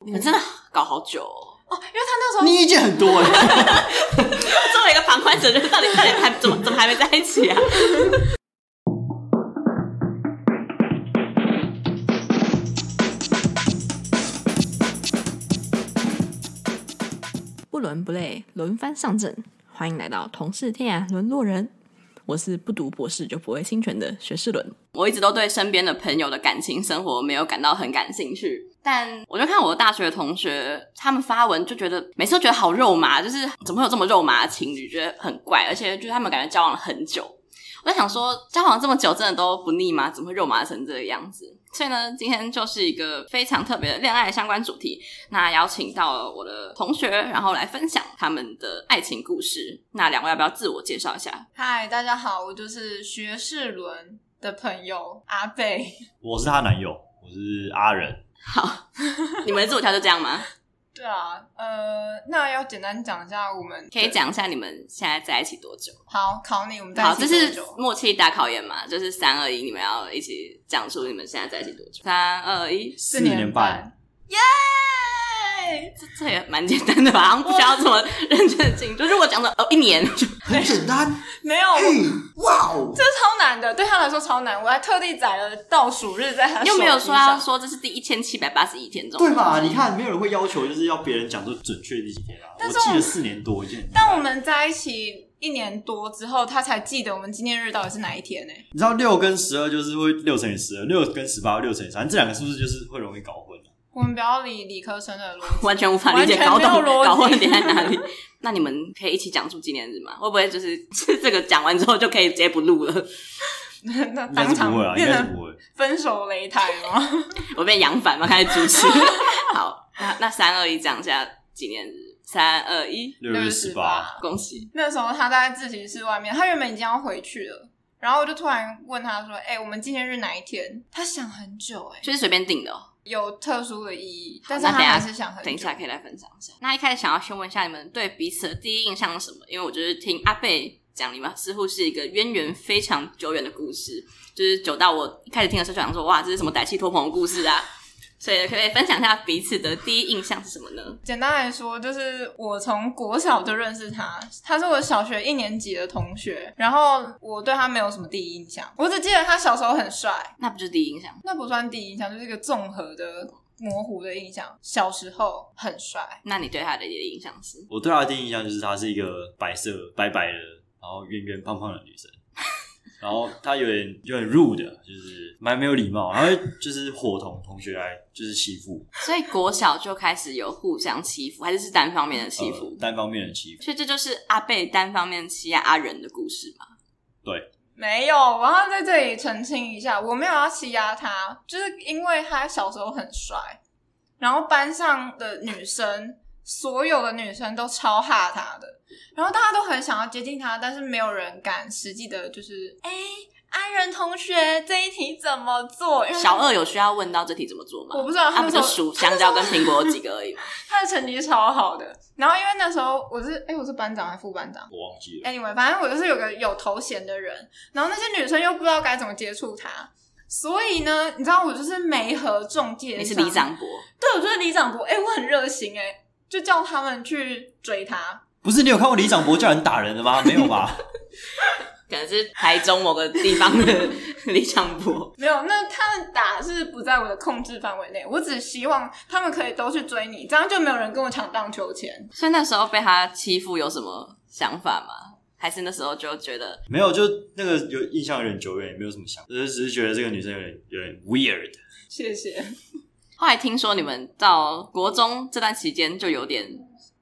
我嗯真的搞好久、哦，因为他那时候你意见很多哎，作为一个旁观者，就是到底到底还怎么怎么还没在一起啊？不伦不类，轮番上阵。欢迎来到同是天涯沦落人，我是不读博士就不会侵权的学士伦。我一直都对身边的朋友的感情生活没有感到很感兴趣，但我就看我的大学同学他们发文，就觉得每次都觉得好肉麻，就是怎么会有这么肉麻的情侣，觉得很怪，而且就是他们感觉交往了很久。我在想说，交往这么久真的都不腻吗？怎么会肉麻成这个样子？所以呢，今天就是一个非常特别的恋爱相关主题。那邀请到了我的同学，然后来分享他们的爱情故事。那两位要不要自我介绍一下？嗨，大家好，我就是学士伦的朋友阿贝。我是她男友，我是阿仁， 你们的自我介绍就这样吗？对啊，呃，那要简单讲一下我们可以讲一下你们现在在一起多久？好考你，我们在好，一这起多是久？默契大考验嘛，就是三二一，你们要一起讲出你们现在在一起多久？三二一，四年年半。耶！这这也蛮简单的吧？好像不需要这么认真的进，就是我讲的哦，一 年就很简单，没有，嘿，哇哦！这超难的，对他来说超难。我还特地载了倒数日在他又没有说手要机上说这是第一千七百八十一天中， 对吧？你看，没有人会要求就是要别人讲出准确第几天啊！我但是记我得四年多一件，但我们在一起一年多之后，他才记得我们纪念日到底是哪一天呢、你知道六跟十二就是会六乘以十二，六跟十八会六乘以三，这两个是不是就是会容易搞混、啊？我们不要理理科生的逻辑。完全无法理解完全搞懂没有逻辑搞混的点在哪里。 那你们可以一起讲出纪念日吗？会不会就是 是这个讲完之后就可以直接不录了？那应该当是场不会啊，应变该是成不会。分手擂台 吗？我被杨反嘛，开始主持。 好，那那三二一讲一下纪念日，三二一，六月十八，。恭喜！那时候他在自习室外面，他原本已经要回去了，然后我就突然问他说：“哎、我们纪念日哪一天？”他想很久、哎，就是随便定的、哦。有特殊的意义，但是那他等一下还是想很久。等一下可以来分享一下。那一开始想要先问一下你们对彼此的第一印象是什么？因为我就是听阿贝讲，你们似乎是一个渊源非常久远的故事，就是久到我一开始听的时候就想说，哇，这是什么歹气托棚的故事啊？所以可不可以分享一下彼此的第一印象是什么呢？简单来说，就是我从国小就认识他，他是我小学一年级的同学，然后我对他没有什么第一印象，我只记得他小时候很帅，那不就是第一印象？那不算第一印象，就是一个综合的模糊的印象。小时候很帅，那你对他的第一印象是？我对她的第一印象就是她是一个白色白白的，然后圆圆胖胖的女生，然后她有点有点 rude，就是蛮没有礼貌，然后就是伙同同学来就是欺负，所以国小就开始有互相欺负，还是是单方面的欺负呃？单方面的欺负。所以这就是阿贝单方面欺压阿仁的故事嘛？没有。我要在这里澄清一下，我没有要欺压他，就是因为他小时候很帅，然后班上的女生，所有的女生都超怕他的，然后大家都很想要接近他，但是没有人敢实际的， 就是哎。安仁同学，这一题怎么做？因为他小二有需要问到这题怎么做吗？哎我不知道他他不那就时候数香蕉跟苹果有几个而已 吗？他的成绩超好的。然后因为那时候我是，哎、我是班长还是副班长？我忘记了， Anyway，反正我就是有个有头衔的人，然后那些女生又不知道该怎么接触他，所以呢，你知道我就是媒合中介，你是李长，博，对，我就是李长博，哎、我很热心、哎，就叫他们去追他，不是你有看过李长博叫人打人的 吗？没有吧？可能是台中某个地方的 李长博。没有，那他们打是不在我的控制范围内，我只希望他们可以都去追你，这样就没有人跟我抢荡秋千。所以那时候被他欺负有什么想法吗？还是那时候就觉得没有，就那个有印象有点久远，也没有什么想，只是只是觉得这个女生有点有点 weird。谢谢，后来听说你们到国中这段期间就有点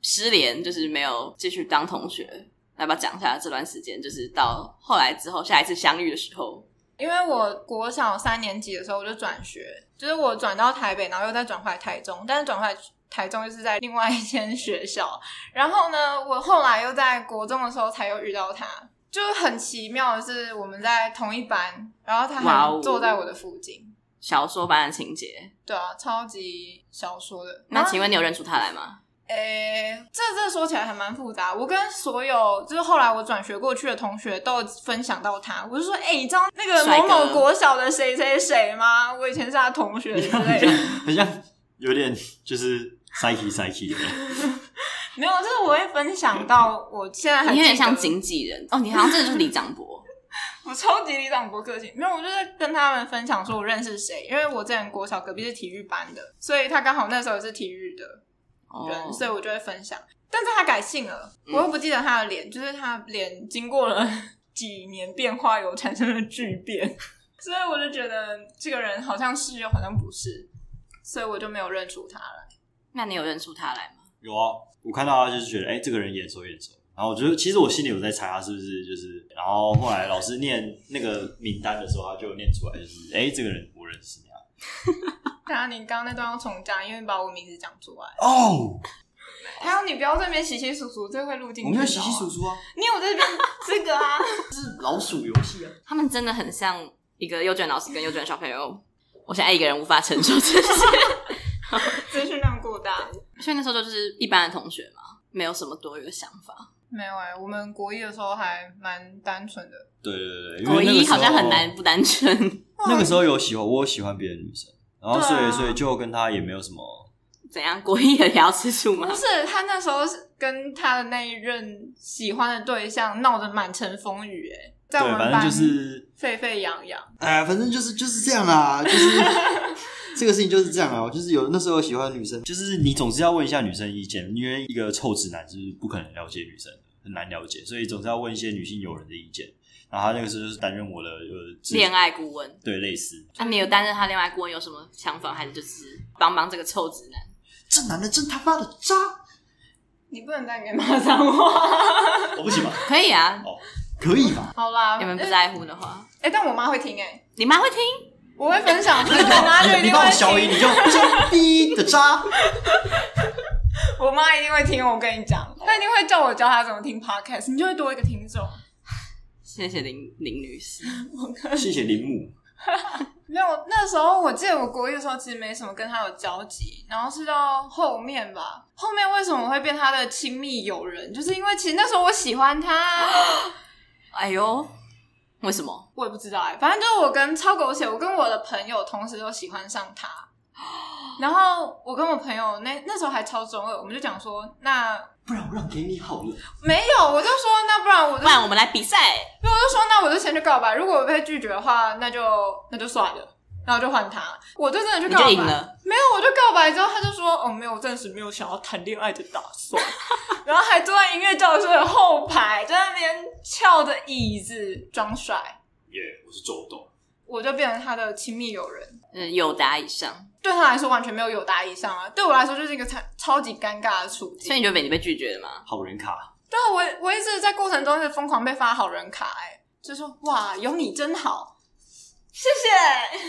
失联，就是没有继续当同学。要不要讲一下这段时间？就是到后来之后，下一次相遇的时候，因为我国小三年级的时候我就转学，就是我转到台北，然后又再转回来台中，但是转回来台中就是在另外一间学校。然后呢，我后来又在国中的时候才又遇到他，就是很奇妙的是我们在同一班，然后他哇哦还坐在我的附近。小说般的情节。对啊，超级小说的。那然后请问你有认出他来吗？诶、这这说起来还蛮复杂。我跟所有就是后来我转学过去的同学都有分享到他，我就说，诶、你知道那个帅哥 某某国小的谁谁谁吗？我以前是他同学之类的。很像有点就是 psyche psyche 的，没有，就是我会分享到我现在还你有点记得像经纪人哦，你好像真的就是李长博，我超级理想国个性，没有，我就是跟他们分享说我认识谁，因为我之前国小隔壁是体育班的，所以他刚好那时候也是体育的人，哦，所以我就会分享。但是他改姓了，我又不记得他的脸，就是他脸经过了 几年变化，有产生了巨变，所以我就觉得这个人好像是又好像不是，所以我就没有认出他了。那你有认出他来吗？有啊，我看到他就是觉得，哎、这个人眼熟眼熟。然后我觉得，其实我心里有在猜他是不是就是，然后后来老师念那个名单的时候，他就有念出来，就是，哎、这个人我认识你啊。当然，你刚刚那段要重讲，因为你把我名字讲出来。哦，还有，你不要这边洗洗簌簌，这会录进去。哦我没有洗洗簌，簌啊，你有这 边这个啊？是老鼠游戏啊。他们真的很像一个幼稚园老师跟幼稚园小朋友，我现在一个人无法承受这些。资讯量过大。 所以那时候就是一般的同学嘛，没有什么多余的想法。没有哎、我们国一的时候还蛮单纯的。对对对，因国为那个一时候好像很难不单纯，那个时候有喜欢，我有喜欢别的女生，然后所以、对啊所以就跟他也没有什么，怎样？国一也要吃素吗不？是他那时候是跟他的那一任喜欢的对象闹得满城风雨哎、在我对，们反班正就是，沸沸扬扬。哎、反正就是就是这样啦，就是 这个事情就是这样啊，就是有那时候有喜欢的女生，就是你总是要问一下女生意见，因为一个臭直男就是不可能了解女生的，很难了解，所以总是要问一些女性友人的意见。然后他那个时候就是担任我的呃智恋爱顾问，对类似那、你有担任他恋爱顾问有什么想法？还是就是帮帮这个臭直男？这男的真他妈的渣，你不能再给骂脏话。我不行吧？可以啊，可以吧？好 啦，你们不哎、在乎的话， 哎但我妈会听哎、你妈会听。我会分享，所以我妈就一你定帮会我消音，听。你 就真逼的渣。我妈一定会听，我跟你讲，她一定会叫我教她怎么听 podcast，你就会多一个听众。谢谢林林女士，谢谢林木。没有，那时候我记得我国一的时候其实没什么跟他有交集，然后是到后面吧。后面为什么我会变他的亲密友人？就是因为其实那时候我喜欢他，哎呦，为什么？我也不知道哎、反正就是我跟超狗血，我跟我的朋友同时都喜欢上 他。然后我跟我朋友那那时候还超中二，我们就讲说，那不然我让给你好了。没有，我就说那不然我就不然我们来比赛。我就说那我就先去告白，如果我被拒绝的话，那就那就算了，然后就换他。我就真的去你告白就赢了，没有，我就告白之后，他就说哦，没有，暂时没有想要谈恋爱的打算， 然后还坐在音乐教室的后排，在那边翘着椅子装帅，耶、我是周董。我就变成他的亲密友人。嗯，有答以上，对他来说完全没有友达以上啊，对我来说就是一个超超级尴尬的处所境。以你就被你被拒绝了吗？好人卡，对啊，我我一直在过程中是疯狂被发好人卡、哎，就说哇，有你真好，谢谢。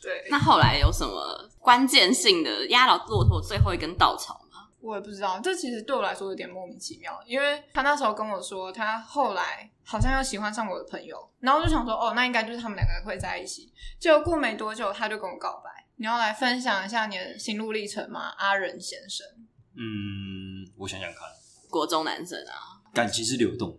对，那后来有什么关键性的压倒骆驼最后一根稻草吗？我也不知道，这其实对我来说有点莫名其妙，因为他那时候跟我说，他后来好像又喜欢上我的朋友，然后我就想说，哦，那应该就是他们两个会在一起。结果过没多久，他就跟我告白。你要来分享一下你的心路历程吗，阿仁先生？嗯，我想想看，国中男生啊，感情是流动，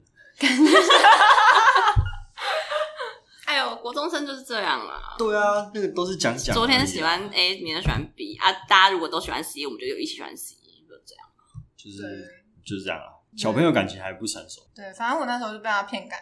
哎呦，国中生就是这样啦。对啊，那个都是讲讲而已啊。昨天喜欢 A，明天喜欢 B 啊，大家如果都喜欢 C，我们就一起喜欢 C，就这样。 嗯就是就是这样啊，小朋友感情还不成熟，对，反正我那时候就被他骗感，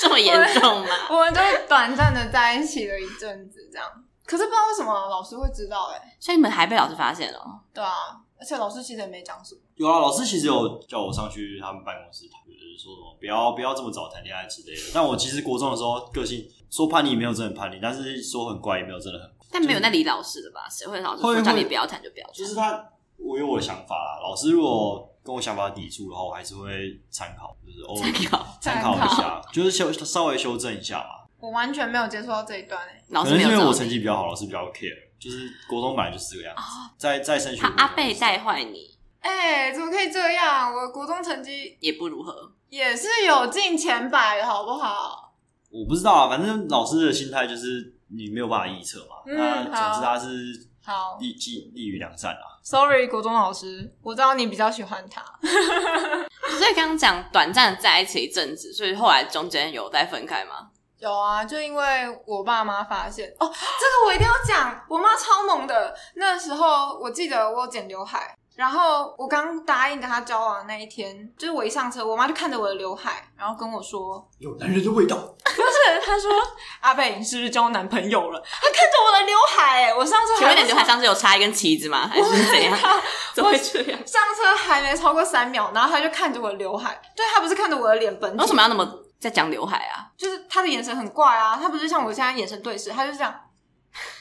这么严重吗？ 我们就短暂的在一起了一阵子，这样。可是不知道为什么老师会知道、哎，所以你们还被老师发现了？对啊，而且老师其实也没讲什么。有啊，老师其实有叫我上去他们办公室谈，就是说什么不要不要这么早谈恋爱之类的。但我其实国中的时候个性说叛逆没有真的叛逆，但是说很乖也没有真的很，但没有在理老师的吧？谁会老师会说会叫你不要谈就不要谈？就是他我有我的想法啦。老师如果跟我想法抵触的话，我还是会参考，就是偶尔靠参考一下，就是修稍微修正一下嘛。我完全没有接触到这一段、哎，老可师哦没能是有因为照我你成绩比较好，老师比较 care，就是国中本来就是这个样子，在在升学哦他国中阿贝带坏你哎、怎么可以这样？我国中成绩也不如何，也是有进前百的好不好？我不知道啊，反正老师的心态就是你没有办法臆测嘛。嗯那总好之他是好利济利于良善啊， ，sorry，国中老师，我知道你比较喜欢他。所以刚刚讲短暂地在一起一阵子，所以后来中间有再分开吗？有啊，就因为我爸妈发现哦，这个我一定要讲，我妈超猛的。那时候我记得我有剪刘海，然后我刚答应跟她交往那一天，就是我一上车，我妈就看着我的刘海，然后跟我说 有男人的味道。：“不是，她说阿贝，你是不是交男朋友了？”她看着我的刘海、哎我上车请问还你没的刘海上是有插一根旗子吗？还是怎样？ 怎么会这样？上车还没超过三秒，然后她就看着我的刘海，对她不是看着我的脸本体，为什么要那么在讲刘海啊？就是她的眼神很怪啊，她不是像我现在眼神对视，她就是这样，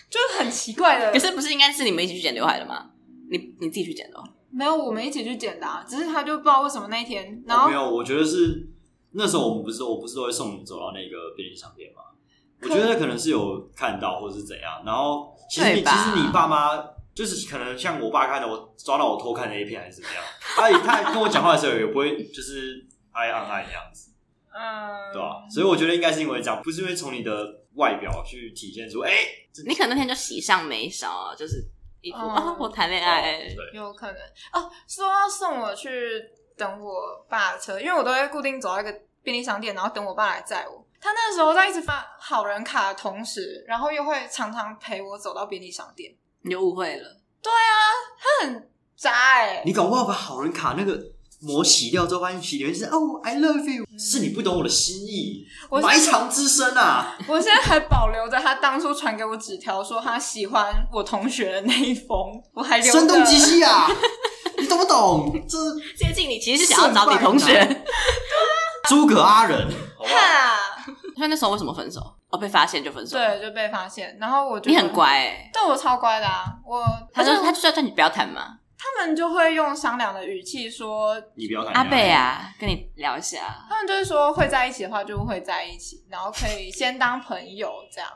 就是很奇怪的。可是不是应该是你们一起去剪刘海的吗？你你自己去剪的哦、没有，我们一起去剪的、啊，只是他就不知道为什么那一天，然哦后没有，我觉得是那时候我们不是我不是都会送你走到那个便利商店吗？我觉得可能是有看到或是怎样，然后其实你对其吧实你爸妈就是可能像我爸看到我抓到我偷看的 A 片还是怎么样，他也他跟我讲话的时候也不会就是哎呀哎的样子，嗯，对啊吧、所以我觉得应该是因为这样，不是因为从你的外表去体现出哎、你可能那天就喜上眉梢啊，就是一副哦啊、我谈恋爱。对，有可能哦。说要送我去等我爸的车，因为我都会固定走到一个便利商店，然后等我爸来载我。他那时候在一直发好人卡的同时，然后又会常常陪我走到便利商 店，你就误会了，他很渣哎、你搞不好把好人卡那个。膜洗掉之后，发现洗里面是哦，I love you，是你不懂我的心意，我埋藏之深啊！我现在还保留着他当初传给我纸条，说他喜欢我同学的那一封，我还留着。声东击西啊！你懂不懂？这接近你其实是想要找你同学，胜败诸葛阿人，好不好？哈， 所以那时候为什么分手？哦，被发现就分手。，对，就被发现。然后我就你很乖哎、对我超乖的啊！我他就而且他就叫你不要谈嘛。他们就会用商量的语气说，嗯你不要看阿贝，啊，跟你聊一下。他们就是说会在一起的话就会在一起，然后可以先当朋友这样。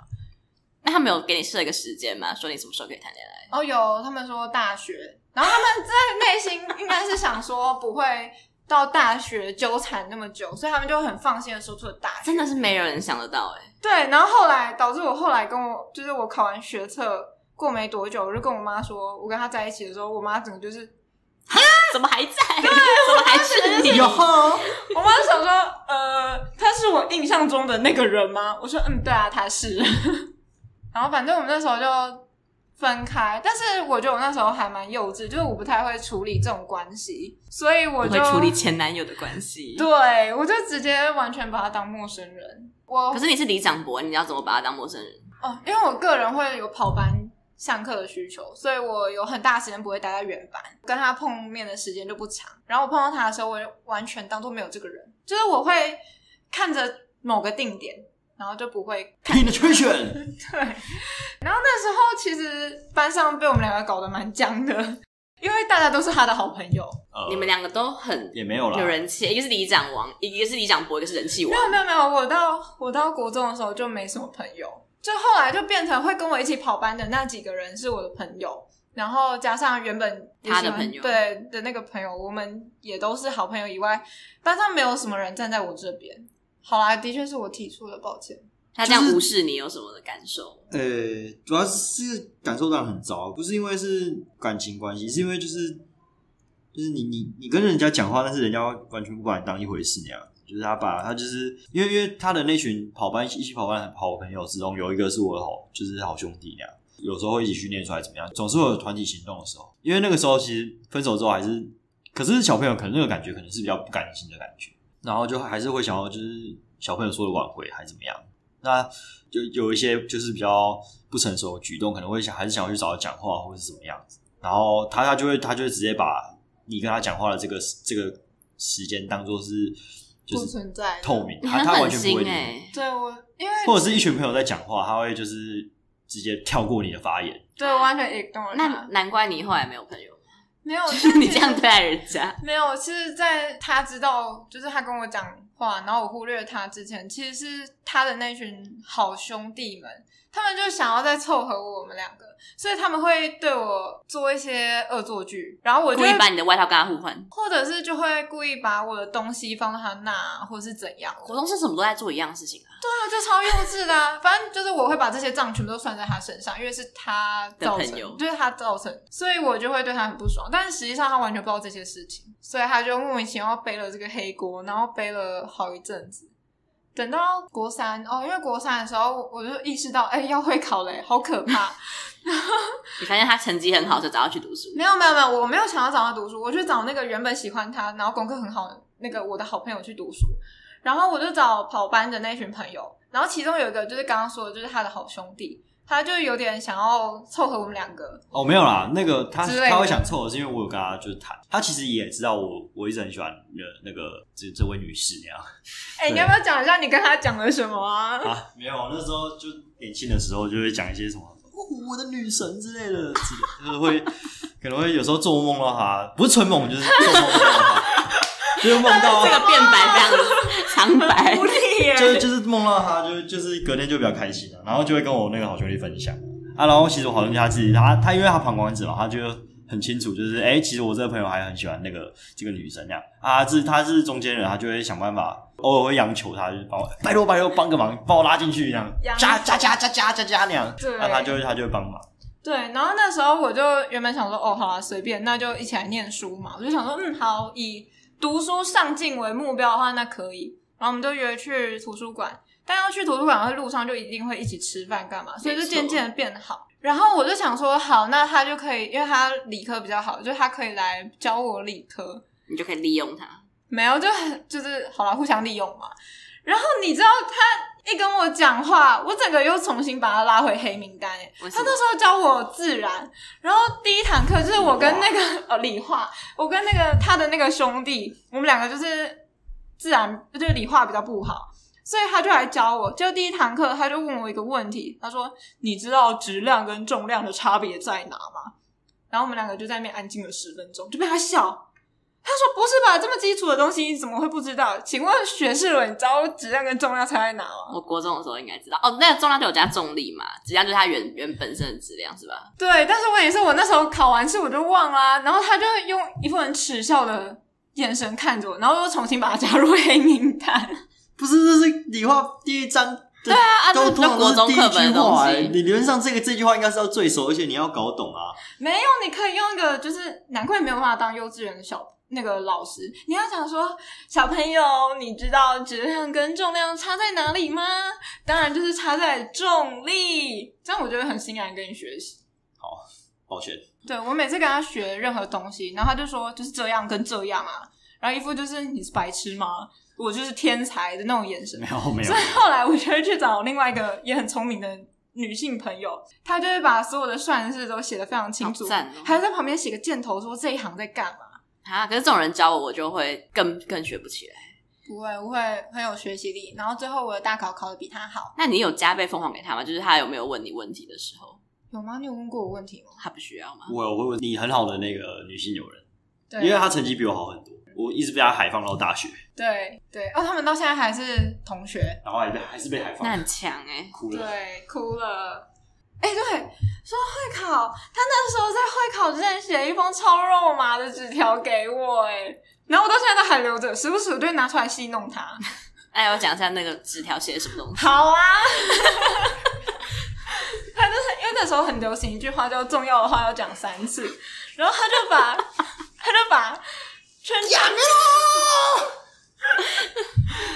那他没有给你设一个时间吗？说你什么时候可以谈恋爱？然后有他们说大学，然后他们在内心应该是想说不会到大学纠缠那么久，所以他们就很放心的说出了 大学真。的是没有人想得到哎、对，然后后来导致我后来跟我就是我考完学测过没多久，我就跟我妈说，我跟他在一起的时候，我妈整个就是怎么还在？怎么还是你？哟呵， 我妈想说，呃，他是我印象中的那个人吗？我说，嗯，对啊，他是。 然后反正我们那时候就分开，但是我觉得我那时候还蛮幼稚，就是我不太会处理这种关系，所以我我就会处理前男友的关系。对我就直接完全把他当陌生人。我可是你是李长博，你要怎么把他当陌生人？哦，因为我个人会有跑班上课的需求，所以我有很大时间不会待在原班，跟他碰面的时间就不长。然后我碰到他的时候，我就完全当做没有这个人，就是我会看着某个定点，然后就不会你的缺选，对。然后那时候其实班上被我们两个搞得蛮僵的，因为大家都是他的好朋友。呃你们两个都很也没有啦有。人气，一个是李长王，一个是李长博，一个是人气没王。有没有没有，我到我到国中的时候就没什么朋友，就后来就变成会跟我一起跑班的那几个人是我的朋友，然后加上原本也喜欢他的朋友对的那个朋友，我们也都是好朋友以外，班上没有什么人站在我这边。好啦，的确是我提出的，抱歉。他这样无视你有什么的感受？呃，主要是感受到很糟，不是因为是感情关系，是因为就是就是你你你跟人家讲话，但是人家完全不把你当一回事那样。就是他把他就是因为因为他的那群跑班一起跑班的好朋友之中，有一个是我的好就是好兄弟那样。有时候会一起训练出来怎么样，总是会有团体行动的时候。因为那个时候其实分手之后还是，可是小朋友可能那个感觉可能是比较不甘心的感觉，然后就还是会想要就是小朋友说的挽回还怎么样。那有有一些就是比较不成熟的举动，可能会想还是想要去找他讲话或者是怎么样子。然后他他就会他就会直接把你跟他讲话的这个这个时间当做是就不是存在的透明， 你他很他完狠全不会心理你。哎、对我，因为或者是一群朋友在讲话，他会就是直接跳过你的发言。对我完全 ignore 那他，难怪你后来没有朋 友，没有你这样对待人家。 没有，其实，在他知道，就是他跟我讲话，然后我忽略他之前，其实是他的那群好兄弟们，他们就想要再凑合我们两个，所以他们会对我做一些恶作剧，然后我就故会意把你的外套跟他互换。或者是就会故意把我的东西放到他那，或是怎样。国中是什么都在做一样的事情啊，对啊，就超幼稚的、啊。 反正就是我会把这些账全部都算在他身上，因为是他造的朋友成，就是他造成，所以我就会对他很不爽。但是实际上他完全不知道这些事情，所以他就莫名其妙背了这个黑锅，然后背了好一阵子。等到国三哦，因为国三的时候我就意识到，哎、要会考嘞，好可怕。你发现他成绩很好，就找他去读书。没有没有没有，我没有想要找他读书，我就找那个原本喜欢他，然后功课很好的那个我的好朋友去读书，然后我就找跑班的那群朋友，然后其中有一个就是刚刚说的，就是他的好兄弟，他就有点想要凑合我们两个，哦，没有啦，那个他之类的他会想凑合，是因为我有跟他就是谈，他其实也知道我我一直很喜欢那那个这这位女士那样哎、你要不要讲一下你跟他讲了什么 啊？啊，没有，那时候就年轻的时候就会讲一些什么、哦、我的女神之类的，之类就是会可能会有时候做梦梦到她，不是纯梦，就是做梦梦到她， 就是梦 到这个变白非常的苍白，无力耶，就是就是梦到他，就是就是隔天就比较开心了，然后就会跟我那个好兄弟分享啊。然后其实我好兄弟他自己，他他因为他膀胱炎嘛，他就很清楚，就是哎、其实我这个朋友还很喜欢那个这个女生那样啊。这他是中间人，他就会想办法，偶尔会央求他，就是帮我拜托拜托帮个忙，把我拉进去这样，央求加加加加加加加那样，对那、他就会他就会帮忙。对，然后那时候我就原本想说，哦，好啊，随便，那就一起来念书嘛。我就想说，嗯，好，以读书上进为目标的话，那可以。然后我们就约去图书馆，但要去图书馆的路上就一定会一起吃饭干嘛，所以就没错渐渐的变好。然后我就想说，好，那他就可以，因为他理科比较好，就他可以来教我理科。你就可以利用他。没有，就很就是好了，互相利用嘛。然后你知道他一跟我讲话，我整个又重新把他拉回黑名单哎。为什他么那时候教我自然，然后第一堂课就是我跟那个呃理化，我跟那个他的那个兄弟，我们两个就是自然就是理化比较不好，所以他就来教我。就第一堂课他就问我一个问题，他说：“你知道质量跟重量的差别在哪吗？”然后我们两个就在那边安静了十分钟，就被他笑。他说：“不是吧，这么基础的东西你怎么会不知道？请问学士伦，你知道质量跟重量差在哪吗我国中的时候应该知道哦，那个重量就有加重力嘛，质量就是它原原本身的质量是吧？？”对，但是我也是，我那时候考完试我就忘啦、然后他就用一副很耻笑的眼神看着我，然后又重新把他加入黑名单。不是，这是理化第一章。对啊啊这都是通常国都中是第一课本句的东话、西哎你理论上这个这句话应该是要最熟，而且你要搞懂啊。没有，你可以用一个，就是难怪没有办法当幼稚园的小那个老师，你要讲说小朋友，你知道质量跟重量差在哪里吗？当然就是差在重力，这样我就会很欣然跟你学习。抱歉，对我每次跟他学任何东西，然后他就说就是这样跟这样啊，然后一副就是你是白痴吗？我就是天才的那种眼神没。有没有所以。后来我就会去找另外一个也很聪明的女性朋友，她就会把所有的算式都写得非常清楚，好赞哦还在旁边写个箭头说这一行在干嘛。啊，可是这种人教我，我就会更更学不起来。不会，我会很有学习力。然后最后我的大考考得比他好，那你有加倍奉还给他吗？就是他有没有问你问题的时候，有吗？你有问过我问题吗？他不需要吗？我有问你很好的那个女性友人，对，因为她成绩比我好很多，我一直被她海放到大学，对对哦，他们到现在还是同学。然后还被还是被海那放，很强哎、哭了。对，哭了。哎，对，说到会考，他那时候在会考之前写一封超肉麻的纸条给我，哎，然后我到现在都还留着，时不时我就会拿出来戏弄他。那要讲一下那个纸条写的什么东西？好啊。 他就是因为那时候很流行一句话叫“重要的话要讲三次”，然后他就 把他就把全讲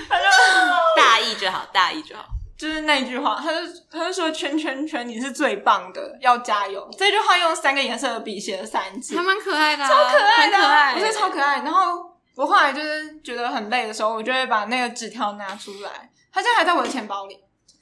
他就大意就好，大意就好。就是那句话，他就他就说“圈圈圈，你是最棒的，要加油”。这句话用三个颜色的笔写了三次，还蛮可爱的、啊，超可爱的很可啊，爱，我觉得超可爱。然后我后来就是觉得很累的时候，我就会把那个纸条拿出来，他现在还在我的钱包里，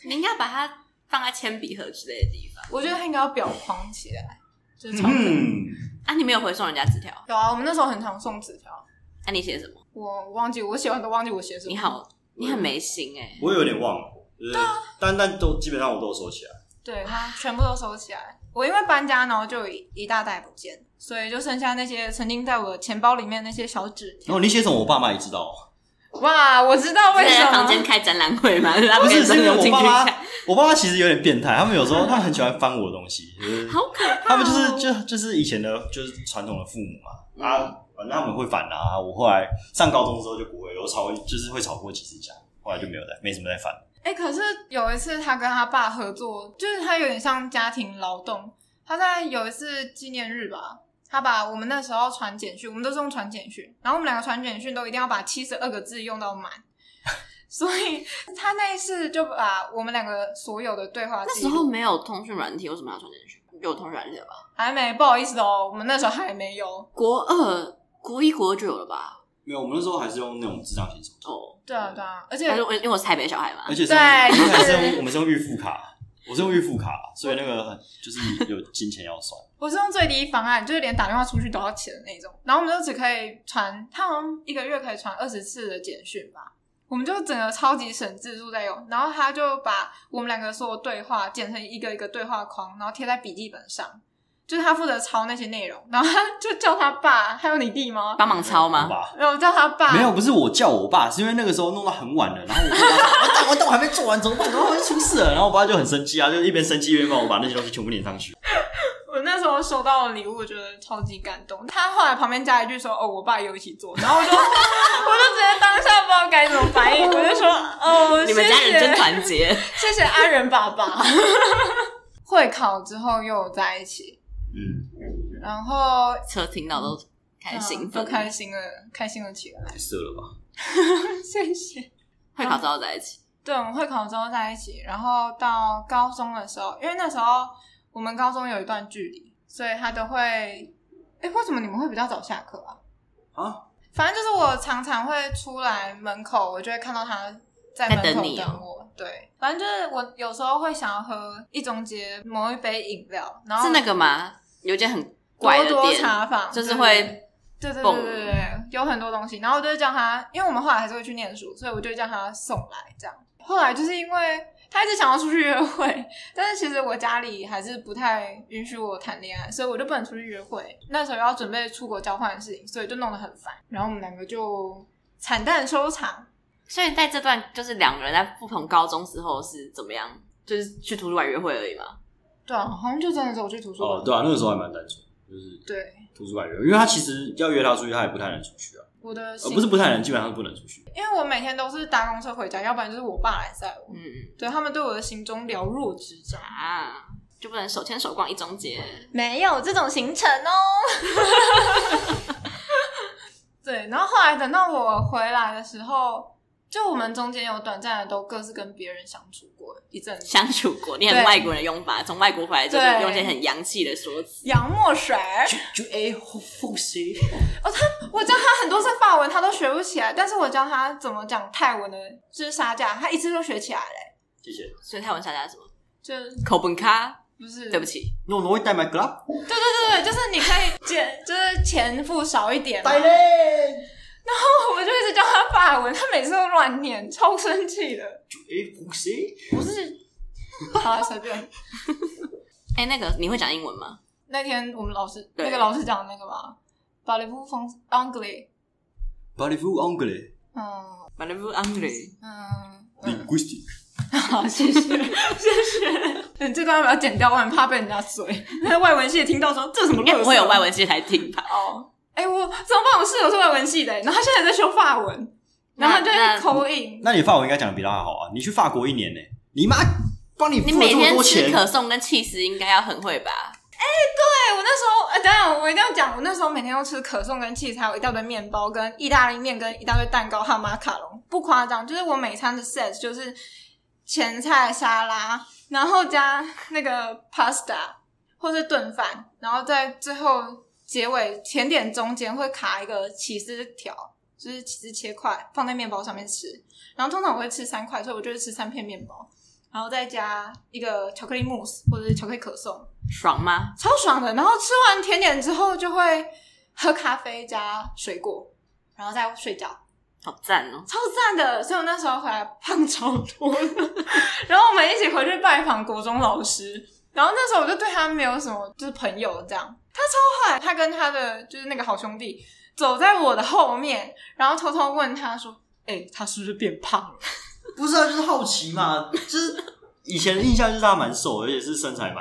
你应该把它放在铅笔盒之类的地方。我觉得他应该要裱框起来，就是超可爱。嗯，啊，你没有回送人家纸条？有啊，我们那时候很常送纸条，啊，你写什么？我忘记我写完都忘记我写什么。你，好，你很没心哎、我有点忘了，就是啊但但都基本上我都有收起来。对，他全部都收起来。我因为搬家，然后就有一一大袋不见，所以就剩下那些曾经在我钱包里面那些小纸条。然后哦你写什么，我爸妈也知道。哇，我知道为是什哦在么房间开展览会 嘛，他不们是，是因为有我进爸去 妈看，，我爸妈其实有点变态，他们有时候他们很喜欢翻我的东西，就是好可怕、哦。他们就是就就是以前的，就是传统的父母嗯嘛啊，反正他们会反啊。我后来上高中之后就不会，有吵就是会吵过几次架，后来就没有再没什么再翻。哎、可是有一次他跟他爸合作，就是他有点像家庭劳动。他在有一次纪念日吧，他把我们那时候传简讯，我们都是用传简讯，然后我们两个传简讯都一定要把七十二个字用到满， 所以他那一次就把我们两个所有的对话那记时录候没有通讯软体，为什么要传简讯？有通讯软体了吧？还没，不好意思哦，我们那时候还没有。国二、国一、国二就有了吧？没有，我们那时候还是用那种智障型手机，哦，对啊，对啊，而且但是我因为我是台北小孩嘛而，且是对我就们还是用是我们是用预付卡，我是用预付卡，所以那个就是有金钱要算。我是用最低方案，就是连打电话出去都要钱的那种。然后我们就只可以传，他好像一个月可以传二十次的简讯吧。我们就整个超级省字数在用，然后他就把我们两个所有对话剪成一个一个对话框，然后贴在笔记本上，就是他负责抄那些内容，然后他就叫他爸，还有你弟吗？帮忙抄好啊吗？吧？然后我叫他爸，没有，不是我叫我爸，是因为那个时候弄到很晚了，然后我爸说 完蛋完蛋，我还没做完，怎么办？怎么办？出事了！然后我爸就很生气啊，就一边生气一边帮我把那些东西全部粘上去。我那时候收到的礼物，我觉得超级感动。他后来旁边加一句说：“哦，我爸也有一起做。”然 后我就 我就直接当下不知道该怎么反应，我就说：“哦，你们家人谢谢真团结， 谢谢阿仁爸爸。 会考之后又有在一起，嗯，然后 车听到都开心嗯奋都，开心了，开心了起来。太色了吧？谢谢。会嗯考之后在一起。对，我们会考之后在一起，然后到高中的时候，因为那时候我们高中有一段距离，所以他都会，哎，为什么你们会比较早下课啊？啊，反正就是我常常会出来门口，我就会看到他在门在口等你哦等我。对，反正就是我有时候会想要喝一中街某一杯饮料，然后是那个吗？有一间很怪多的多店，茶坊，就是会对对对蹦对对对，有很多东西。然后我就会叫他，因为我们后来还是会去念书，所以我就会叫他送来这样。后来就是因为他一直想要出去约会，但是其实我家里还是不太允许我谈恋爱，所以我就不能出去约会。那时候要准备出国交换的事情，所以就弄得很烦。然后我们两个就惨淡收场。所以在这段就是两个人在不同高中时候是怎么样？就是去图书馆约会而已嘛。对啊，好像就真的是我去图书馆。哦，对啊，那个时候还蛮单纯，就是对图书馆约，因为他其实要约他出去，他也不太能出去啊，我的呃，心不是不太能，基本上是不能出去。因为我每天都是搭公车回家，要不然就是我爸来载我。嗯对他们对我的行踪了若指掌。啊，就不能手牵手逛一中街。没有这种行程哦。 对，然后后来等到我回来的时候，就我们中间有短暂的都各自跟别人相处过一阵子，相处过，你很对外国人的用法，从外国回来之后对就用一些很洋气的说辞。洋墨水儿，就哎，复习我教他很多次法文，他都学不起来，但是我教他怎么讲泰文的，就是杀价，他一次就学起来嘞、谢谢。所以泰文大家什么就是口本咖？不是对不起， No, no, I 带 my glove. 对对，就是你可以减，就是钱付少一点嘛。啊带嘞。我就一直教他法文，他每次都乱念，超生气的。就哎，复习。不是，好啊随便。哎、那个你会讲英文吗？那天我们老师对那个老师讲的那个嘛，巴黎夫风 anglais， Parlez-vous anglais? 嗯马来不 English，嗯，嗯 Linguistic. 哦好，谢谢谢 谢。你这段要不要剪掉？我很怕被人家嘴。那外文系的听到说这什么应该乐不色会哎有外文系来听吧？哦。哎、我怎么办？我室友是外文系的、然后他现在在修法文，然后他就那一口音。那你法文应该讲的比他还好啊！你去法国一年呢、你妈帮你付你了每这么天多吃钱，可颂跟气司应该要很会吧？对，我那时候，哎、等等，我一定要讲，我那时候每天都吃可颂跟气，还有一大堆面包、跟意大利面、跟一大堆蛋糕还有马卡龙，不夸张，就是我每餐的 set 就是前菜沙拉，然后加那个 pasta 或是炖饭，然后在最后结尾甜点中间会卡一个起司条，就是起司切块放在面包上面吃，然后通常我会吃三块，所以我就会吃三片面包。然后再加一个巧克力慕斯或者是巧克力可颂，爽吗？超爽的。然后吃完甜点之后，就会喝咖啡加水果，然后再睡觉，好赞哦！超赞的。所以我那时候回来胖超多的。然后我们一起回去拜访国中老师，然后那时候我就对他没有什么就是朋友这样。他超坏，他跟他的就是那个好兄弟走在我的后面，然后偷偷问他说：“哎、他是不是变胖了不是啊，就是好奇嘛，就是以前的印象就是他蛮瘦，而且是身材蛮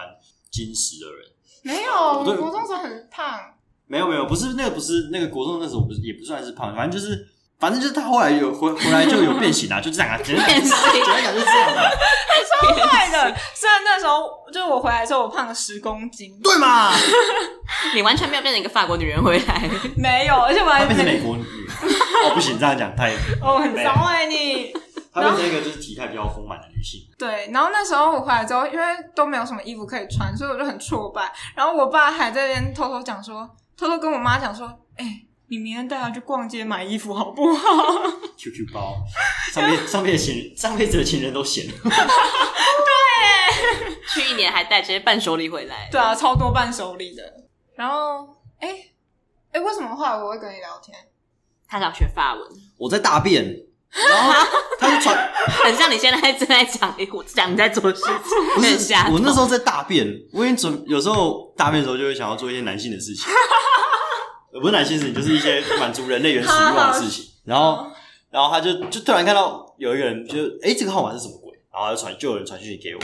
矜持的人。？”没有，我我对国中时候很胖。没有没有，不是那个不是那个国中那时候不是也不算是胖，反正就是反正就是他后来有回回来就有变形啊，就 这样啊，简单变讲形简单讲就是这样的、啊坏的，虽然那时候就是我回来的时候，我胖了十公斤，对嘛？你完全没有变成一个法国女人回 来，没有，而且我还他变成没 美国女，哦不行，这样讲太哦，很糟哎、你。 她变成一个就是体态比较丰满的女性。对，然后那时候我回来之后，因为都没有什么衣服可以穿，所以我就很挫败。然后我爸还在那边偷偷讲说，偷偷跟我妈讲说：“哎、你明天带她去逛街买衣服好不好 QQ 包上辈上辈的情人上辈子的情人都闲，去一年还带这些伴手礼回？”来，对啊，超多伴手礼的。然后，哎、哎、为什么后来我会跟你聊天？他想学法文，我在大便，然后她 就传很像你现在正在讲你我讲你在做的事情，不很是吓到我那时候在大便，我已经准有时候大便的时候就会想要做一些男性的事 情，呃不是男性事情，就是一些满足人类原始欲望的事情。然后，然后他就就突然看到有一个人就，哎、这个号码是什么鬼？然后他就传就有人传讯息给我，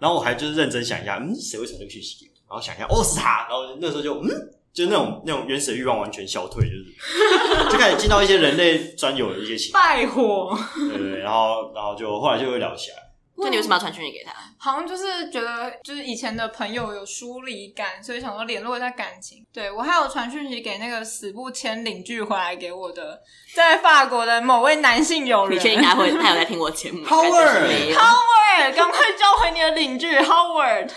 然后我还就是认真想一下，嗯，谁会传这个讯息给我？然后想一下，哦，是他。然后那时候就嗯。就那种那种原始的欲望完全消退，就是 就开始进到一些人类专有的一些情拜火，绪，对对对，然后然后就后来就会聊起来。那你为什么要传讯息给他？好像就是觉得就是以前的朋友有疏离感，所以想说联络一下感情。对我还有传讯息给那个死不签领据回来给我的， 在法国的某位男性友人，你确定他会他有在听我节目吗？感 Howard 觉是没有 Howard，赶快交回你的领据，Howard。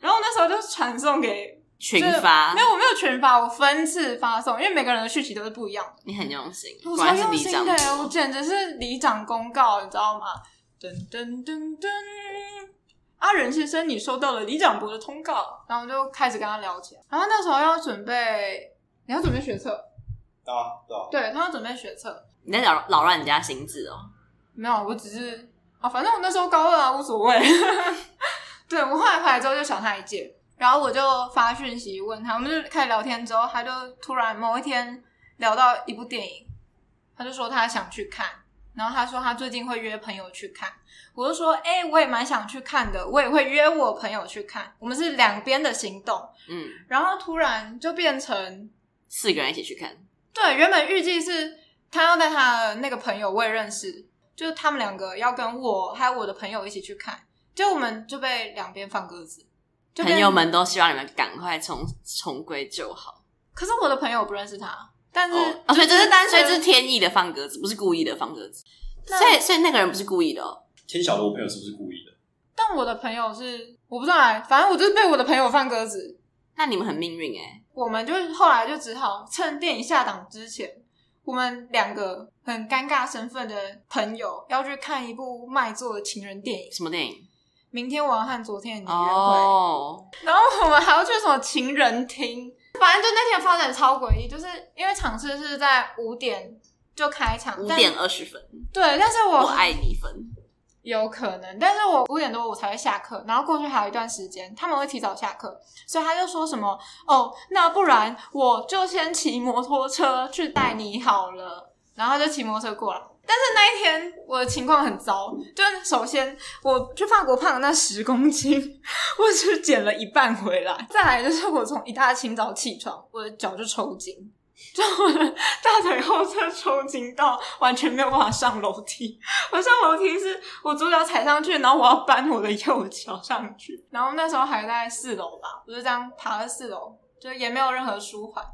然后那时候就传送给群就是发没，有，我没有群发，我分次发送，因为每个人的讯息都是不一样的。你很用心，我果超然是用里心长的，我简直是里长公告，你知道吗？噔噔噔噔，阿仁先生，你收到了里长伯的通告，然后就开始跟他聊起来。然后那时候要准备，你要准备学测，啊，对啊，对他要准备学测，你在扰扰乱人家心智哦。没有，我只是啊，反正我那时候高二啊，无所谓。对我后来回来之后就小他一届，然后我就发讯息问他，我们就开始聊天之后，他就突然某一天聊到一部电影，他就说他想去看，然后他说他最近会约朋友去看，我就说哎、我也蛮想去看的，我也会约我朋友去看，我们是两边的行动，嗯，然后突然就变成四个人一起去看，对，原本预计是他要带他的那个朋友，我也认识，就是他们两个要跟我还有我的朋友一起去看，结果我们就被两边放鸽子。就变朋友，们都希望你们赶快重重归就好。可是我的朋友不认识他，但是、哦，哦所以这呃就是是单所以纯这是天意的放鸽子，不是故意的放鸽子。那所以所以那个人不是故意的哦。天晓得我朋友是不是故意的。但我的朋友是我不知道、欸，反正我就是被我的朋友放鸽子。那你们很命运哎、我们就是后来就只好趁电影下档之前，我们两个很尴尬身份的朋友要去看一部卖座的情人电影。什么电影？明天我要和昨天的你约会。哦，然后 我们还要去什么情人厅，反正就那天发展超诡异，就是因为场次是在五点就开场，五但点二十分，对，但是我我爱你分。 有可能，但是我五点多我才会下课，然后过去还有一段时间，他们会提早下课，所以他就说什么哦，那不然我就先骑摩托车去带你好了，然后他就骑摩托车过来。但是那一天我的情况很糟，就是首先我去法国胖了那十公斤， 我只减了一半回来，再来就是我从一大清早起床，我的脚就抽筋，就我的大腿后侧抽筋到完全没有办法上楼梯。我上楼梯是我左脚踩上去，然后我要搬我的右脚上去。然后那时候还在四楼吧，我就这样爬到四楼，就也没有任何舒缓。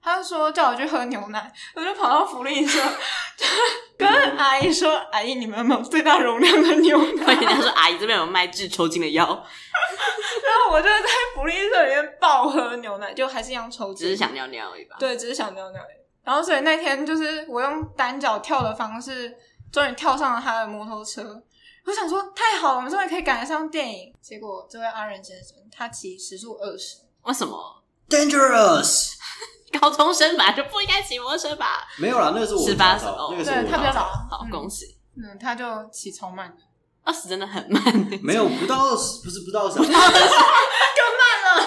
他就说叫我去喝牛奶，我就跑到福利社，就跟阿姨说：“阿姨，你们有没有最大容量的牛奶 而且？”人家说阿姨这边有卖治抽筋的药，然后 我就在福利社里面暴喝牛奶，就还是一样抽筋。只是想尿尿而已吧。对，只是想尿尿而已。然后所以那天就是我用单脚跳的方式，终于跳上了他的摩托车。我想说太好了，我们终于可以赶得上电影。结果这位阿仁先生他骑时速二十，为什么 Dangerous， 高中生本来就不应该骑摩托车吧？没有啦，那个是我十八查到哦那个是对我他比较查到，早，好，嗯恭喜，嗯，他就骑超慢的，二十真的很 慢。没有不到二十，不是不到二十，就慢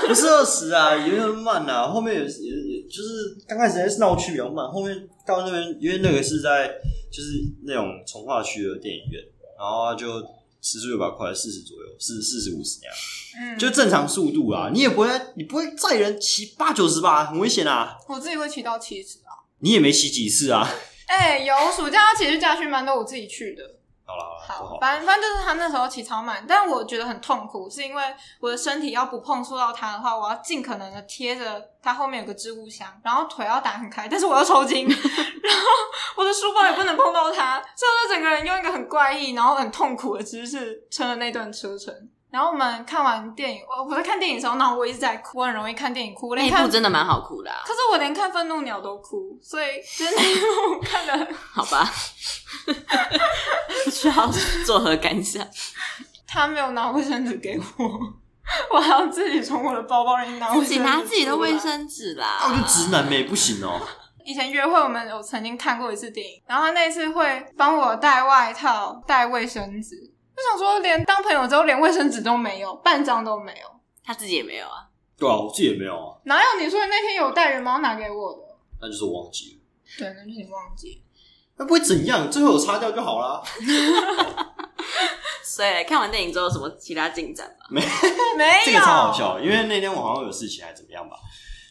了，不是二十啊，有点慢啊，后面也是也也就是刚开始还是闹区比较慢，后面到那边，因为那个是在就是那种从化区的电影院，然后它就时速有把快四十左右，四四十五十那样，嗯，就正常速度啊，你也不会你不会载人骑八九十吧，很危险啊，我自己会骑到七十啊。你也没骑几次啊，哎、有暑假要骑去家训班都我自己去的，好了好了，不好，好，反正反正就是他那时候起超慢，但我觉得很痛苦，是因为我的身体要不碰触到它的话，我要尽可能的贴着它后面有个置物箱，然后腿要打很开，但是我要抽 筋，然后我的书包也不能碰到它，所以我就整个人用一个很怪异然后很痛苦的姿势撑了那段车程。然后我们看完电影，我我在看电影的时候，然后我一直在哭，我很容易看电影哭，我那连一看部真的蛮好哭的、啊，可是我连看《愤怒鸟》都哭，所以就是那一幕看的好 吧？不知道作何感 想？他没有拿卫生纸给我， 我还要自己从我的包包里拿卫自生己纸，哦拿自己的卫。生纸啦，我就直男没不行哦、以前约会，我们有曾经看过一次电影，然后他那一次会帮我带外套、带卫生纸，就想说连当朋友之后连卫生纸都没有，半张都没有。他自己也没有啊。对啊，我自己也没有啊，哪有你说的那天有带人猫拿给我的？那就是我忘记了。对，那就是你忘记。那不会怎样，最后有擦掉就好啦。所以看完电影之后，有什么其他进展吗？没有，这个超好。笑，因为那天我好像有事情还是怎么样吧，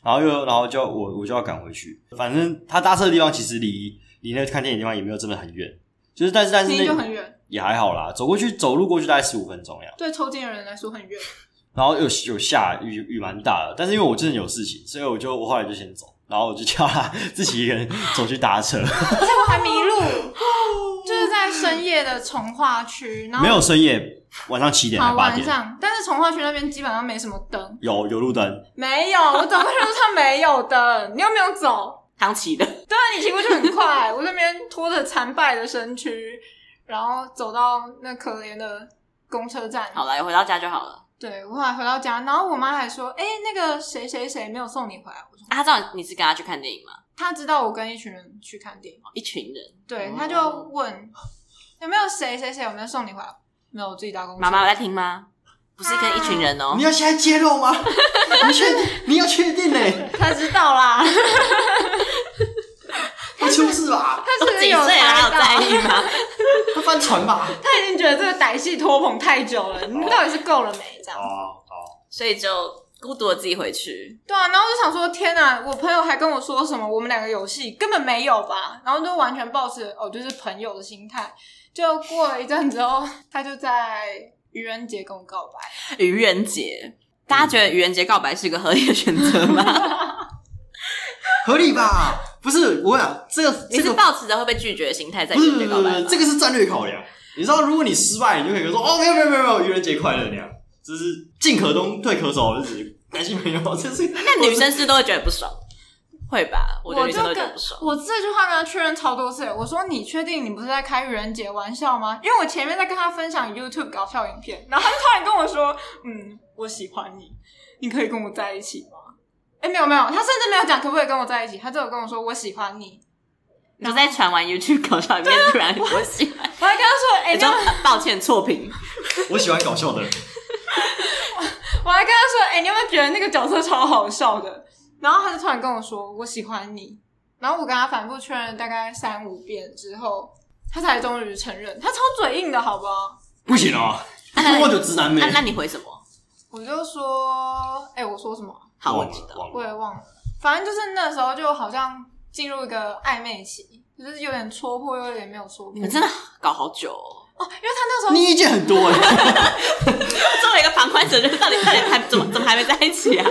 然后又然后就我我就要赶回去，反正他搭车的地方其实离离那个看电影的地方也没有真的很远，就是但是但是你那就很远，也还好啦，走过去走路过去大概十五分钟呀。对抽筋的人来说很远。然后有有下雨，雨蛮大的，但是因为我真的有事情，所以我就我后来就先走，然后我就叫他自己一个人走去搭车，而且我还迷 路，就是在深夜的从化区，然后没有深夜，晚上七点还好，八晚点，上，但是从化区那边基本上没什么灯，有有路灯，没有，我走过去路上没有灯， 你又没有走，唐琪的， 对啊，你骑过去很快，我这边拖着残败的身躯，然后走到那可怜的公车站。好了，回到家就好了。对我后来回到家，然后我妈还说：“哎、那个谁谁谁没有送你回来。”我说啊、他知道你是跟他去看电影吗？：“她知道我跟一群人去看电影，一群人，对哦，她就问有没有谁谁谁有没有送你回来。”没有，我自啊己搭公车。妈妈有在听吗？不是跟一群人哦、你要现在揭露吗？你确定你要确定呢、他知 道啦，不出事吧？他都是几岁有了还有啊在猜到，意吗？会翻船吧？他已经觉得这个歹戏拖棚太久了，你们到底是够了没？这样。哦哦，所以就孤独的自己回去。对啊，然后我就想说，天哪！我朋友还跟我说什么，我们两个有戏，根本没有吧？然后就完全抱持哦，就是朋友的心态。就过了一阵之后，他就在愚人节跟我告白。愚人节，大家觉得愚人节告白是一个合理的选择吗？合理吧？不是，我想这个 嗯你是抱持着会被拒绝的心态在愚人节告白吗？这个是战略考量。你知道，如果你失败，你就可以说哦，没有没有没有没有，愚人节快乐那样，就是进可攻退可守， 就是男性朋友，这是那女生是不是都会觉得不爽，会吧？我觉得女就生都会觉得跟不爽。我这句话跟他确认超多次了，我说你确定你不是在开愚人节玩笑吗？因为我前面在跟他分享 YouTube 搞笑影片，然后他就突然跟我说，嗯，我喜欢你，你可以跟我在一起吗？哎，没有没有，他甚至没有讲可不可以跟我在一起，他只有跟我说我喜欢你。你就在传完 YouTube 搞笑影片，突然我喜欢，我还跟他说，哎，你那就抱歉错评。我喜欢搞笑的人，我还跟他说：“哎、你有没有觉得那个角色超好笑的？”然后他就突然跟我说：“我喜欢你。”然后我跟他反复确认了大概三五遍之后，他才终于承认。他超嘴硬的，好不好？不行哦，我就直男妹 那，那你回什么？我就说：“哎、我说什么啊？好，我忘了知道。忘我了也忘了。反正就是那时候就好像进入一个暧昧期，就是有点戳破，又有点没有戳破。你们真的搞好久哦！ 哦，因为他那时候你意见很多哎，作为一个旁观者，就是到底到底还怎么怎么还没在一起啊？ 哦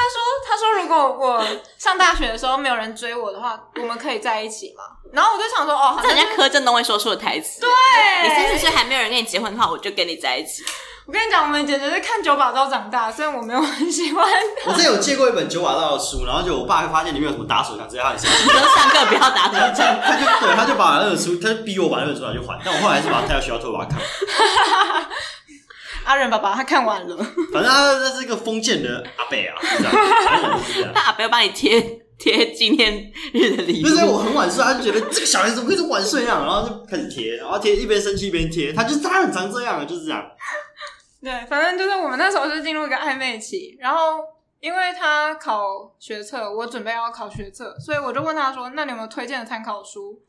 他说：“他说如果我上大学的时候没有人追我的话，我们可以在一起嘛？”然后我就想哎说：“哦，好这像人是家柯震东会说出的台词。对，你三十岁还没有人跟你结婚的话，我就跟你在一起。我跟你讲，我们简直是看九把刀长大，虽然我没有很喜欢， 我之前有借过一本九把刀的书，然后就我爸会发现里面有什么打手枪，直接他很生气，你就上课不要打手这枪。样他就对他就把那本书，他就逼我把那本书拿去还，但我后来还是把他带到学校偷把它看，阿仁爸爸他看完 了，反正他他是一个封建的阿伯啊，是这样，反正人就是这样。 那阿伯要帮你贴贴纪念日的礼那时候物，我很晚睡，他啊就觉得这个小孩子怎么可以这么晚睡啊，然后就开始贴，然后贴一边生气一边贴，他就是他很常这样，啊就是这样。对，反正就是我们那时候就进入一个暧昧期，然后因为他 考学测，我准备要考学测，所以我就问他说：“那你有没有推荐的参考书？”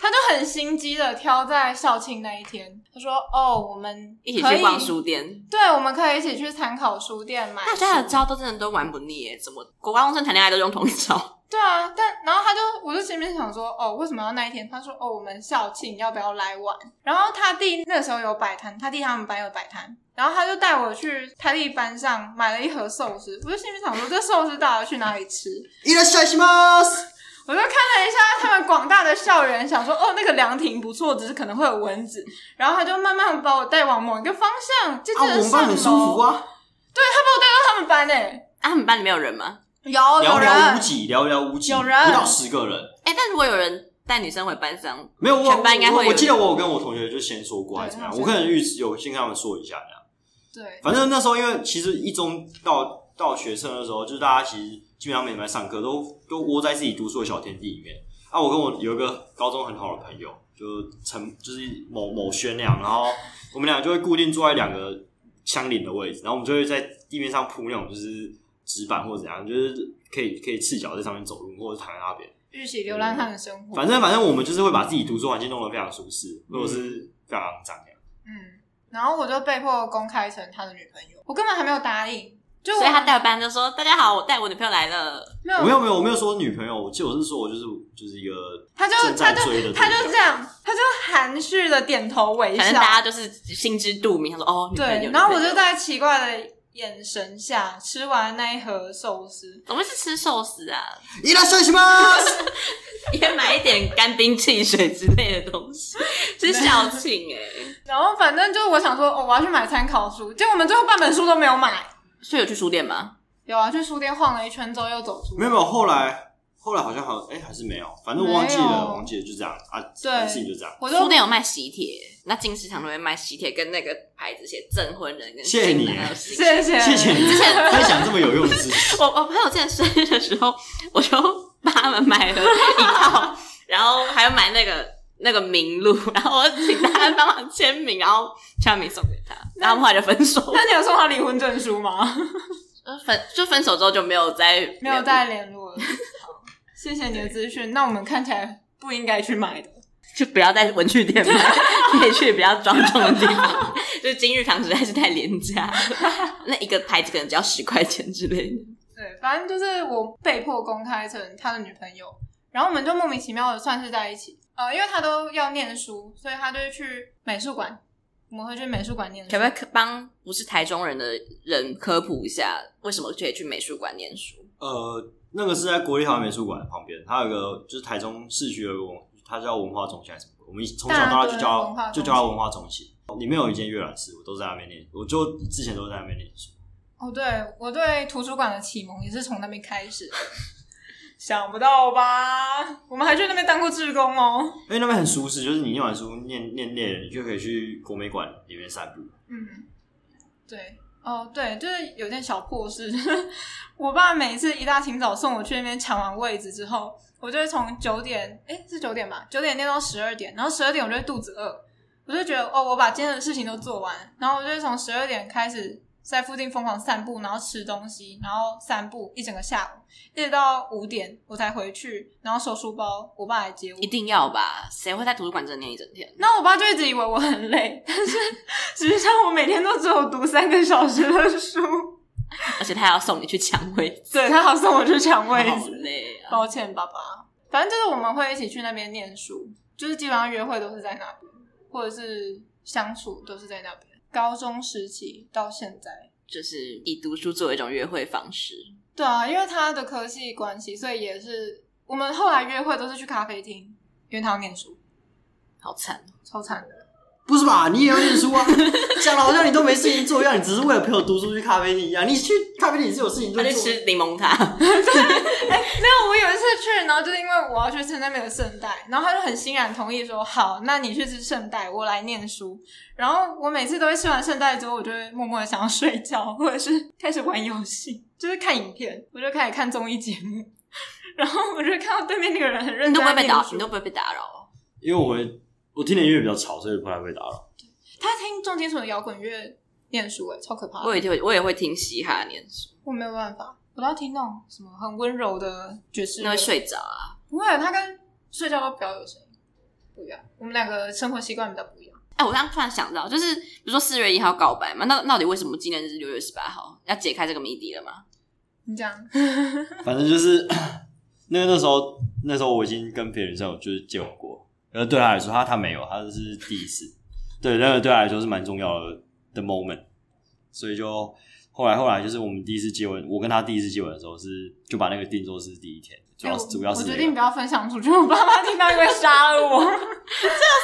他就很心机的挑在校庆那一天，他说：“哦，我们一起可以去逛书店，对，我们可以一起去参考书店买书。大家的招都真的都玩不腻耶，怎么国高中生谈恋爱都用同一招？对啊，但然后他就，我就心里面想说，哦，为什么要那一天？他说，哦，我们校庆要不要来玩？然后他弟那时候有摆摊，他弟他们班有摆摊，然后他就带我去他弟班上买了一盒寿司。我就心里面想说，这寿司到底要去哪里吃？いらっしゃいます。我就看了一下他们广大的校园，想说，哦，那个凉亭不错，只是可能会有蚊子。然后他就慢慢把我带往某一个方向，接着啊，我们上班楼。很舒服啊！啊，他们班诶、啊，他们班里面有人吗？有哦有寥寥无人，啊几，寥寥无几，有人不到十个人。哎、但如果有人带女生回班上，没有，我全班应该会我有我记得我有跟我同学就先说过还是怎么样，对我跟人预有先跟他们说一下这样。对，反正那时候因为其实一中到到学生的时候，就是大家其实基本上没来上课，都都窝在自己读书的小天地里面。啊，我跟我有一个高中很好的朋友，就陈就是某某轩那样，然后我们俩就会固定坐在两个相邻的位置，然后我们就会在地面上铺那种就是纸板或者怎样，就是可以可以赤脚在上面走路，或者躺在那边。预习流浪汉的生活。反正反正我们就是会把自己读书环境弄得非常舒适，或者是非常肮脏这样。嗯，然后我就被迫公开成他的女朋友，我根本还没有答应，就我所以他带我班就说：“大家好，我带我女朋友来了。没有我没有没有我没有说女朋友，我记得我是说我就是就是一个他就正他在就追的对象，他就这样，他就含蓄的点头”微反笑，正大家就是心知肚明，他说：“哦，女朋友。女朋对，友”然后我就在奇怪的眼神下吃完那一盒寿司，我们是吃寿司啊，伊拉帅什么？也买一点干冰汽水之类的东西， 是校庆哎、然后反正就我想说，哦，我要去买参考书，结果我们最后半本书都没有买。所以有去书店吗？有啊，去书店晃了一圈之后又走出来，没有没有，后来后来好像好像哎、还是没有，反正我忘记没有了忘记了就这样啊，对事情就这样。我就书店有卖喜帖，那金石堂都会卖喜帖，跟那个牌子写证婚人跟谢谢新你 郎还有新娘谢谢谢谢你分享这么有用的知识。我我朋友之前生日的时候，我就帮他们买了一套，然后还有买那个那个名录，然后我请大家帮忙签名，然后签名送给他，然后我们后来就分手了那。你有送他离婚证书吗？呃分就分手之后就没有再没有再联络了。好，谢谢你的资讯。那我们看起来不应该去买的。就不要在文具店买，可以去比较庄重的地方。 就是金玉堂实在是太廉价了，那一个牌子可能只要十块钱之类的。对，反正就是我被迫公开成他的女朋友，然后我们就莫名其妙的算是在一起。呃，因为他都要念书，所以他就会去美术馆，我们会去美术馆念书。可不可以帮不是台中人的人科普一下，为什么可以去美术馆念书？ 呃，那个是在国立台湾美术馆旁边，它有一个就是台中市区有一个文，它叫文化中心还是什么鬼？我们从小到大大墩就文叫化它中心就叫它文化中心，里面有一间阅览室，我都在那边念，我就之前都在那边念书。哦，对我对图书馆的启蒙也是从那边开始的。 想不到吧？我们还去那边当过志工哦。因为哎那边很舒适，就是你念完书念念累了，你就可以去国美馆里面散步。嗯，对，哦，对，就是有件小破事，就是 我爸每次一大清早送我去那边抢完位置之后，我就会从九点，哎，是九点吧，九点练到十二点，然后十二点我就会肚子饿，我就觉得哦，我把今天的事情都做完，然后我就会从十二点开始在附近疯狂散步，然后吃东西，然后散步一整个下午，一直到五点我才回去，然后收书包，我爸来接我一。定要吧？谁会在图书馆真的念一整天？那我爸就一直以为我很累，但是实际上我每天都只有读三个小时的书。而且他还要送你去抢位置，对他好送 我去抢位好置，累啊！抱歉爸爸。反正就是我们会一起去那边念书，就是基本上约会都是在那边，或者是相处都是在那边。高中时期到现在，就是以读书作为一种约会方式，对啊，因为他的科系关系，所以也是我们后来约会都是去咖啡厅，因为他要念书，好惨哦！超惨的。不是吧？你也要念书啊？讲的好像你都没事情做一样，你只是为了陪我读书去咖啡厅一样。你去咖啡厅也是有事情他做。去吃柠檬塔，没有，我有一次去，然后就是因为我要去吃那边的圣代，然后他就很欣然同意说好，那你去吃圣代，我来念书。然后我每次都会吃完圣代之后，我就会默默的想要睡觉，或者是开始玩游戏，就是看影片，我就开始看综艺节目。然后我就看到对面那个人很 认你都不真在会被念打，书你都不会被打扰哦。因为我会我听的音乐比较吵，所以不太会打扰。他听重金属的摇滚乐念书、欸，哎，超可怕的。我也会，我也会听嘻哈念书，我没有办法，我都要听那种什么很温柔的爵士那乐会睡着啊。不会，他跟睡觉都比较有声音。不一样，我们两个生活习惯比较不一样。哎、我刚刚突然想到，就是比如说四月一号告白嘛，那到底为什么纪念日是六月十八号？要解开这个谜底了吗？你讲，反正就是那个那时候，那时候我已经跟别人在有就是交往过，然后对他来说，他他没有，他是第一次，对，那个对他来说是蛮重要的的 moment，所以就后来后来就是我们第一次接吻，我跟他第一次接吻的时候是就把那个定做是第一天，主要哎我主要是我这决个定不要分享出去，我爸妈听到就会杀了我。 有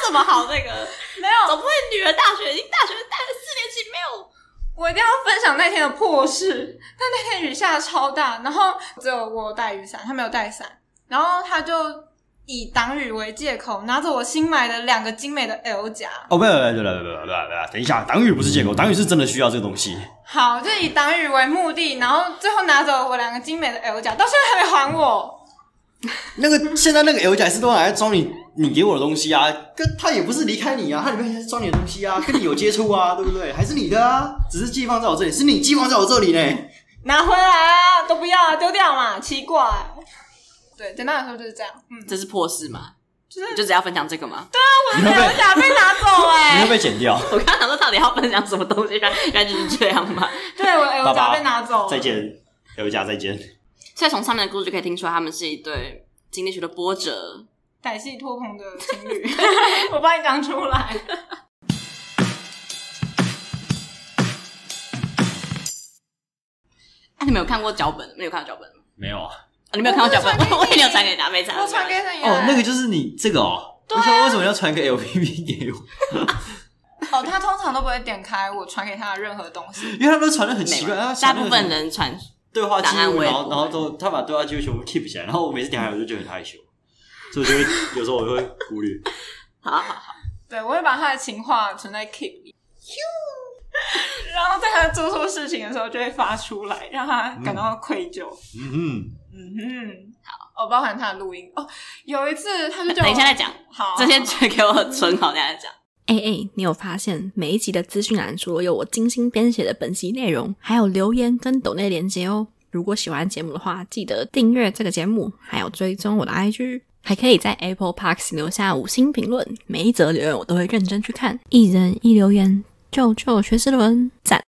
什么好 那个？没有，总不会女儿大学已经大学大了四年级没有？我一定要分享那天的破事。但那天雨下超大，然后只有我有带雨伞，他没有带伞，然后他就以挡雨为借口，拿走我新买的两个精美的 L 夹。哦，不要不要不要不要不要不要不要，等一下，党羽不是借口，党羽是真的需要这个东西。好，就以挡雨为目的，然后最后拿走我两个精美的 L 夹，到现在还没还我。那个现在那个 L 夹是都拿来装你你给我的东西啊，跟他也不是离开你啊，他里面还是装你的东西 啊，跟你有接触啊，对不对？还是你的啊，只是寄放在我这里，是你寄放在我这里呢。拿回来啊，都不要啊，丢掉嘛，奇怪。对，简单来说就是这样。嗯，这是破事吗？就是就只要分享这个吗？ 对，你会被 L 夹被拿走哎、你会被剪掉，我刚刚想说到底要分享什么东西，原来原来就是这样 嘛。 对，我 L 爸夹爸被拿走了 再见，L 啊夹再见。所以从上面的故事就可以听出，他们是一对经历许多波折。歹戏拖棚的情侣， 我帮你讲出来。啊，你们有看过脚本？没有看过脚本吗？没有啊，啊你没有看过脚本？我我不是传给也有传给你他，没传。 我传给哎你哦，那个就是你这个啊哦。我想为什么要传个 LPP 给我？哦，他通常都不会点开我传给他的任何东西。因为他们都传的很没奇怪，他有，传大得部很分人传对话记档案录，我也然后不会然后都他把对话记录全部 keep 起来，然后我每次点开来我就觉得很害羞，所以我就会有时候我就会忽略。好好好，对，我会把他的情话存在 keep 里，然后在他做错事情的时候就会发出来，让他感到愧疚。嗯嗯哼，好，哦，包含他的录音哦。有一次他就叫我等一下再，讲，好，这些就给我存好，等一下再讲。哎哎，你有发现每一集的资讯栏除了有我精心编写的本集内容，还有留言跟抖内连接哦。如果喜欢节目的话，记得订阅这个节目，还有追踪我的 IG，还可以在 Apple Parks 留下五星评论，每一则留言我都会认真去看，一人一留言，救救学士伦，赞！